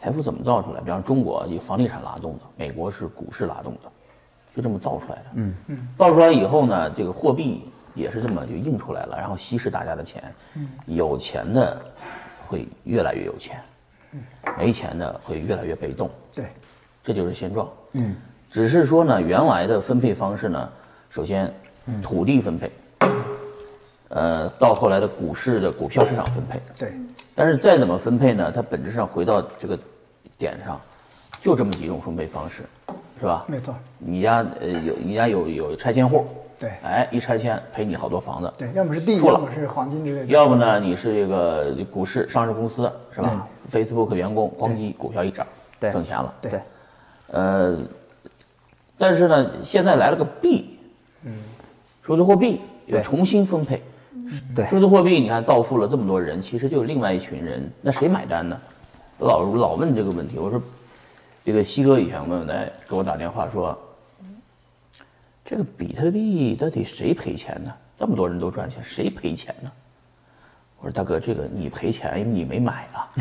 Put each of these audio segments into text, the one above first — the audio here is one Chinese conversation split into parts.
财富怎么造出来？比方中国以房地产拉动的，美国是股市拉动的，就这么造出来的。嗯嗯，造出来以后呢，这个货币也是这么就印出来了，然后稀释大家的钱。嗯，有钱的会越来越有钱，嗯没钱的会越来越被动，对，这就是现状。嗯，只是说呢，原来的分配方式呢，首先土地分配，呃，到后来的股市的股票市场分配，对，但是再怎么分配呢？它本质上回到这个点上，就这么几种分配方式，是吧？没错，你家呃有你家有有拆迁户，对哎，一拆迁赔你好多房子，对，要么是地，错了要么是黄金之类的，要不呢你是这个股市上市公司是吧？Facebook 员工咣叽股票一涨，对挣钱了，对对，呃，但是呢，现在来了个币，嗯，数字货币有对重新分配，对数字货币你看造富了这么多人，其实就有另外一群人，那谁买单呢？老老问这个问题，我说，这个西哥以前问来给我打电话说，这个比特币到底谁赔钱呢？这么多人都赚钱，谁赔钱呢？我说大哥，这个你赔钱，因为你没买啊。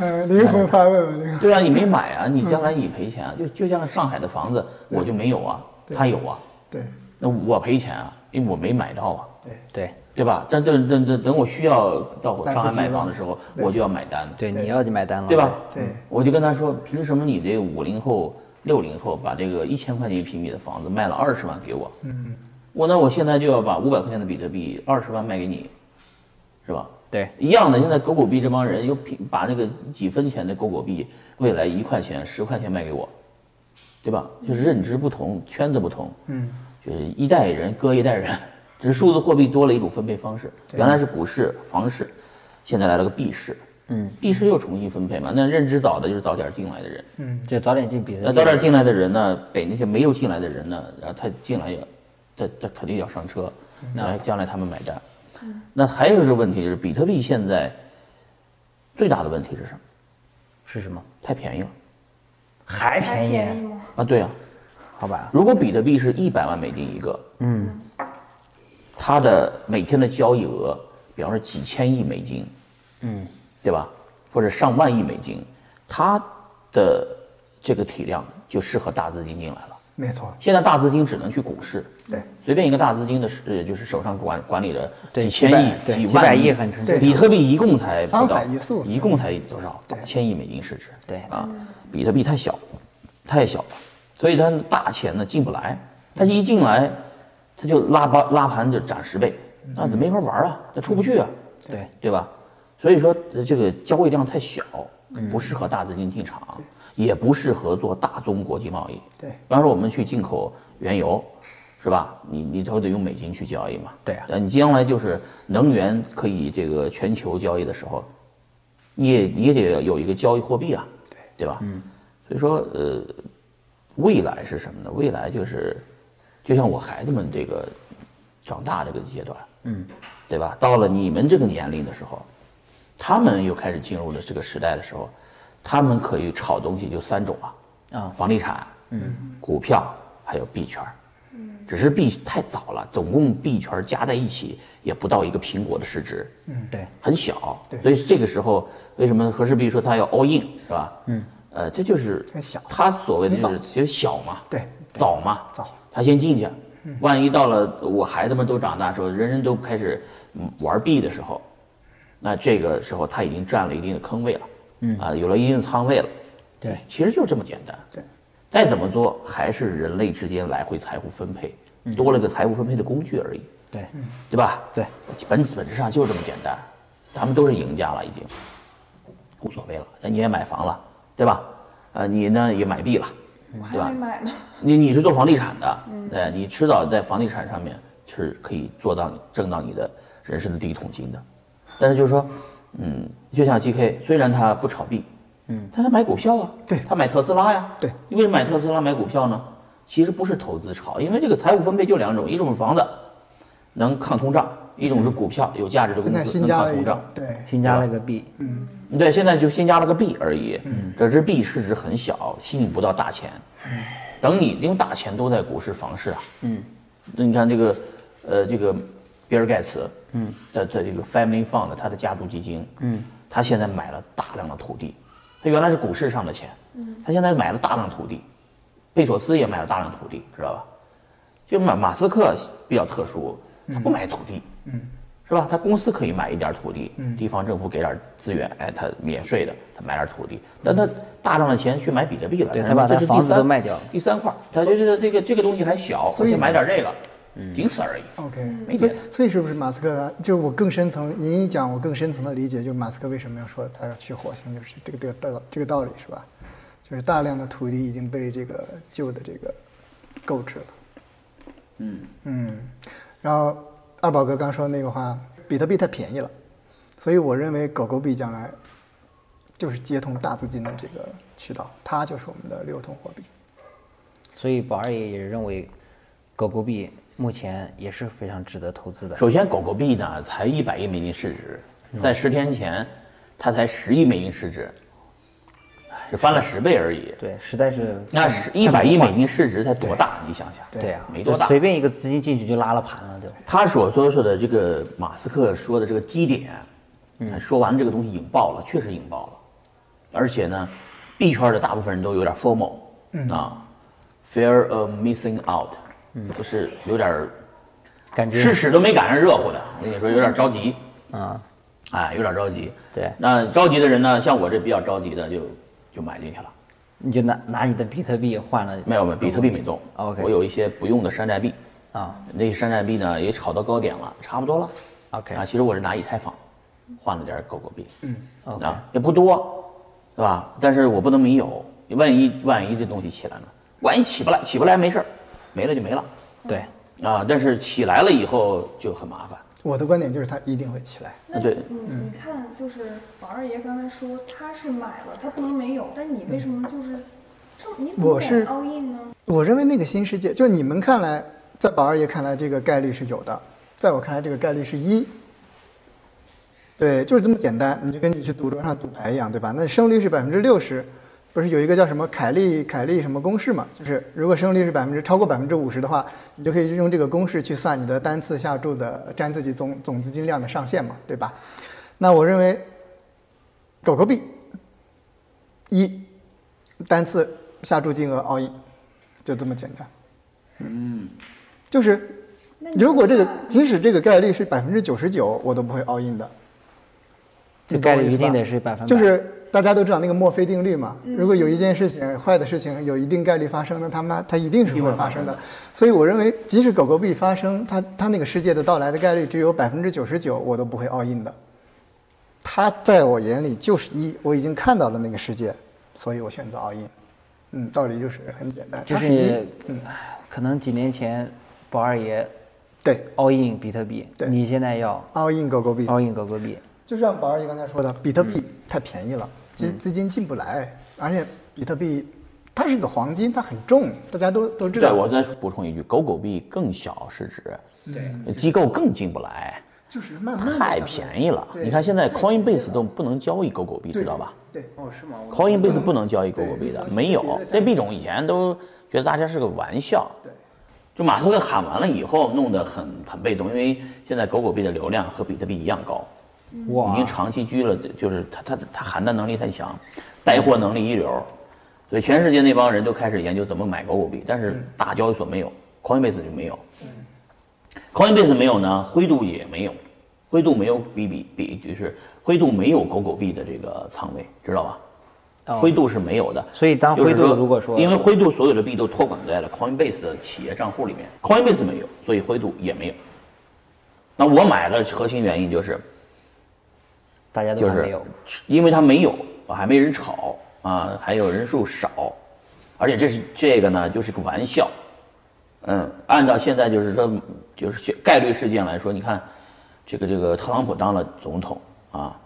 呃，灵魂发问吧，这个对啊，你没买啊，你将来你赔钱啊，就就像上海的房子，我就没有啊，他有啊，对那我赔钱啊，因为我没买到啊，对对对吧？但等等等等我需要到来不及上海买了房的时候，我就要买单了，对，你要去买单了，对吧？嗯对我就跟他说，凭什么你这五零后、六零后把这个一千块钱一平米的房子卖了二十万给我，嗯，我那我现在就要把五百块钱的比特币二十万卖给你，是吧？对一样的，现在狗狗币这帮人又拼把那个几分钱的狗狗币，未来一块钱、十块钱卖给我，对吧？就是认知不同，圈子不同，嗯，就是一代人割一代人，只是数字货币多了一种分配方式，原来是股市、房市，现在来了个币市，嗯，币市又重新分配嘛。那认知早的就是早点进来的人，就早点进比那特币，早点进来的人呢，被那些没有进来的人呢，然后他进来也，他他肯定要上车，那将来他们买单。那还有一个问题就是，比特币现在最大的问题是什么？是什么？太便宜了还还便便宜宜，吗？啊！对啊，好吧？嗯如果比特币是一百万美金一个，嗯，它的每天的交易额，比方说几千亿美金，嗯，对吧？或者上万亿美金，它的这个体量就适合大资金进来了。没错，现在大资金只能去股市，对，随便一个大资金的，呃，就是手上管管理的对几千几百亿、对几万几百亿很成对比特币一共才不沧到海一粟，一共才多少？对千亿美金市值。对啊，比特币太小，太小了，所以它大钱呢进不来，它一进来，它就拉巴拉盘就涨十倍，那就没法玩啊，它出不去啊，嗯对对吧？所以说呃这个交易量太小，嗯不适合大资金进场，也不适合做大宗国际贸易。对比方说我们去进口原油，是吧？你你都得用美金去交易嘛。对啊呃你将来就是能源可以这个全球交易的时候，你也你也得有一个交易货币啊，对对吧？嗯。所以说，呃，未来是什么呢？未来就是，就像我孩子们这个长大这个阶段，嗯，对吧？到了你们这个年龄的时候，他们又开始进入了这个时代的时候，他们可以炒东西就三种啊，啊房地产，嗯，股票还有币圈儿，只是币太早了，总共币圈儿加在一起也不到一个苹果的市值，嗯对很小对，所以这个时候为什么和氏璧说他要 all in 是吧？嗯，呃，这就是很小他所谓的就很是早其实小嘛，对对早嘛，早他先进去，万一到了我孩子们都长大的时候，人人都开始嗯玩币的时候，那这个时候他已经占了一定的坑位了，嗯啊，有了一定的仓位了，对，其实就是这么简单，对，再怎么做还是人类之间来回财富分配，多了个财富分配的工具而已，对嗯对吧？对，本本质上就这么简单，咱们都是赢家了，已经无所谓了。那你也买房了，对吧？呃，你呢也买币了，还对吧没？买呢，嗯你你是做房地产的，对，你迟早在房地产上面是可以做到挣到你的人生的第一桶金的。但是就是说，嗯，就像 GK，虽然他不炒币，嗯，但他买股票啊，对他买特斯拉呀，对你为什么买特斯拉买股票呢？其实不是投资炒，因为这个财务分配就两种，一种是房子能抗通胀，一种是股票有价值的现在公司新能加抗了一通胀个，。对新加了个币，嗯对，现在就新加了个币而已。这只币市值很小，吸引不到大钱。等你因为大钱都在股市、房市啊。嗯，那你看这个，呃，这个比尔盖茨，嗯，在在这个 Family Fund 他的家族基金，嗯，他现在买了大量的土地，他原来是股市上的钱，嗯他现在买了大量土地，贝索斯也买了大量土地，知道吧？就马马斯克比较特殊，他不买土地，嗯，是吧？他公司可以买一点土地，嗯地方政府给点资源，哎，他免税的，他买点土地，但他大量的钱去买比特币了，嗯对但他把这他是房第子都三卖掉了第三块，他觉得这个这个东西还小，我所以先买点这个，嗯仅此而已。没别 OK，所以的所以是不是马斯克他就是我更深层，您一讲我更深层的理解，就是马斯克为什么要说他要去火星，就是这个这个道这个道理是吧？就是大量的土地已经被这个旧的这个购置了。嗯嗯，然后二宝哥刚说那个话，比特币太便宜了，所以我认为狗狗币将来就是接通大资金的这个渠道，它就是我们的流通货币。所以宝二爷也认为，狗狗币目前也是非常值得投资的。首先，狗狗币呢才一百亿美金市值，在十天前，它才十亿美金市值，只翻了十倍而已。对，实在是嗯那是一百亿美金市值才多大？你想想，对啊，没多大就。随便一个资金进去就拉了盘了，就他所说说的这个马斯克说的这个基点，嗯说完这个东西引爆了，确实引爆了，而且呢，币圈的大部分人都有点 FOMO，、啊，fear of missing out，、就是嗯有点儿感觉吃屎都没赶上热乎的，我跟你说有点着急，啊、哎，有点着急。对那着急的人呢，像我这比较着急的就就买进去了，你就拿拿你的比特币换了没有没有，比特币没动， OK 我有一些不用的山寨币，啊那山寨币呢也炒到高点了，差不多了。 ？OK，啊，其实我是拿以太坊换了点狗狗币，嗯 OK 啊也不多，对吧？但是我不能没有，万一万一这东西起来呢？万一起不来，起不来没事儿，没了就没了对，啊。但是起来了以后就很麻烦。我的观点就是它一定会起来。啊对，嗯，你看，就是宝二爷刚才说他是买了，他不能没有，但是你为什么就是这么你怎么嗯我是敢 all in 呢？我认为那个新世界，就你们看来，在宝二爷看来，这个概率是有的，在我看来，这个概率是一。对，就是这么简单，你就跟你去赌桌上赌牌一样，对吧？那胜率是百分之六十，不是有一个叫什么凯利凯利什么公式嘛？就是如果胜率是百分之超过百分之五十的话，你就可以用这个公式去算你的单次下注的占自己总总资金量的上限嘛，对吧？那我认为，狗狗币一单次下注金额 all in，就这么简单。嗯，就是那你如果这个看即使这个概率是百分之九十九，我都不会 all in 的。这你懂概我率意一思吧定得是百分百，就是大家都知道那个墨菲定律嘛，如果有一件事情坏的事情有一定概率发生，那他妈它一定是会发生的。所以我认为，即使狗狗币发生，它它那个世界的到来的概率只有百分之九十九，我都不会 all in 的。它在我眼里就是一，我已经看到了那个世界，所以我选择 all in。嗯，道理就是很简单，就它一是可能几年前宝二爷对 all in 比特币，对你现在要 all in 狗狗币 all in 狗狗币，就像宝二爷刚才说的，比特币嗯太便宜了，资资金进不来，而且比特币它是个黄金，它很重，大家都都知对，我道。再补充一句，狗狗币更小市值，对，机构更进不来，就是慢慢地太便宜了。嗯对你看现在太便宜了 Coinbase 都不能交易狗狗币，对知道吧？？对，哦，是吗？ Coinbase 不能交易狗狗对币的你，从没有别的。站这币种以前都觉得大家是个玩笑，对，就马斯克喊完了以后，弄得很很被动，因为现在狗狗币的流量和比特币一样高，已经哇，长期居了，就是它它它含单能力太强，带货能力一流，所以全世界那帮人都开始研究怎么买狗狗币，但是嗯大交易所没有，Coinbase 就没有，Coinbase 没有呢，灰度也没有，灰度没有比比比就是灰度没有狗狗币的这个仓位，知道吧？哦灰度是没有的，所以当就是灰度如果说因为灰度所有的币都托管在了 Coinbase 的企业账户里面，Coinbase 没有，所以灰度也没有。那我买的核心原因就是，大家都就还是没有，因为它没有，还没人炒啊，还有人数少，而且这是这个呢，就是个玩笑。嗯，按照现在就是说，就是概率事件来说，你看，这个这个特朗普当了总统啊，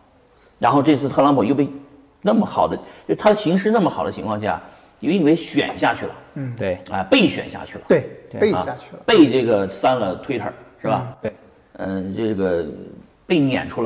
然后这次特朗普又被那么好的，就他形势那么好的情况下，又因为选下去了，嗯，对啊，被选下去了，对，对背啊下去了。嗯被这个删了 Twitter 是吧？对。嗯，这个被撵出了。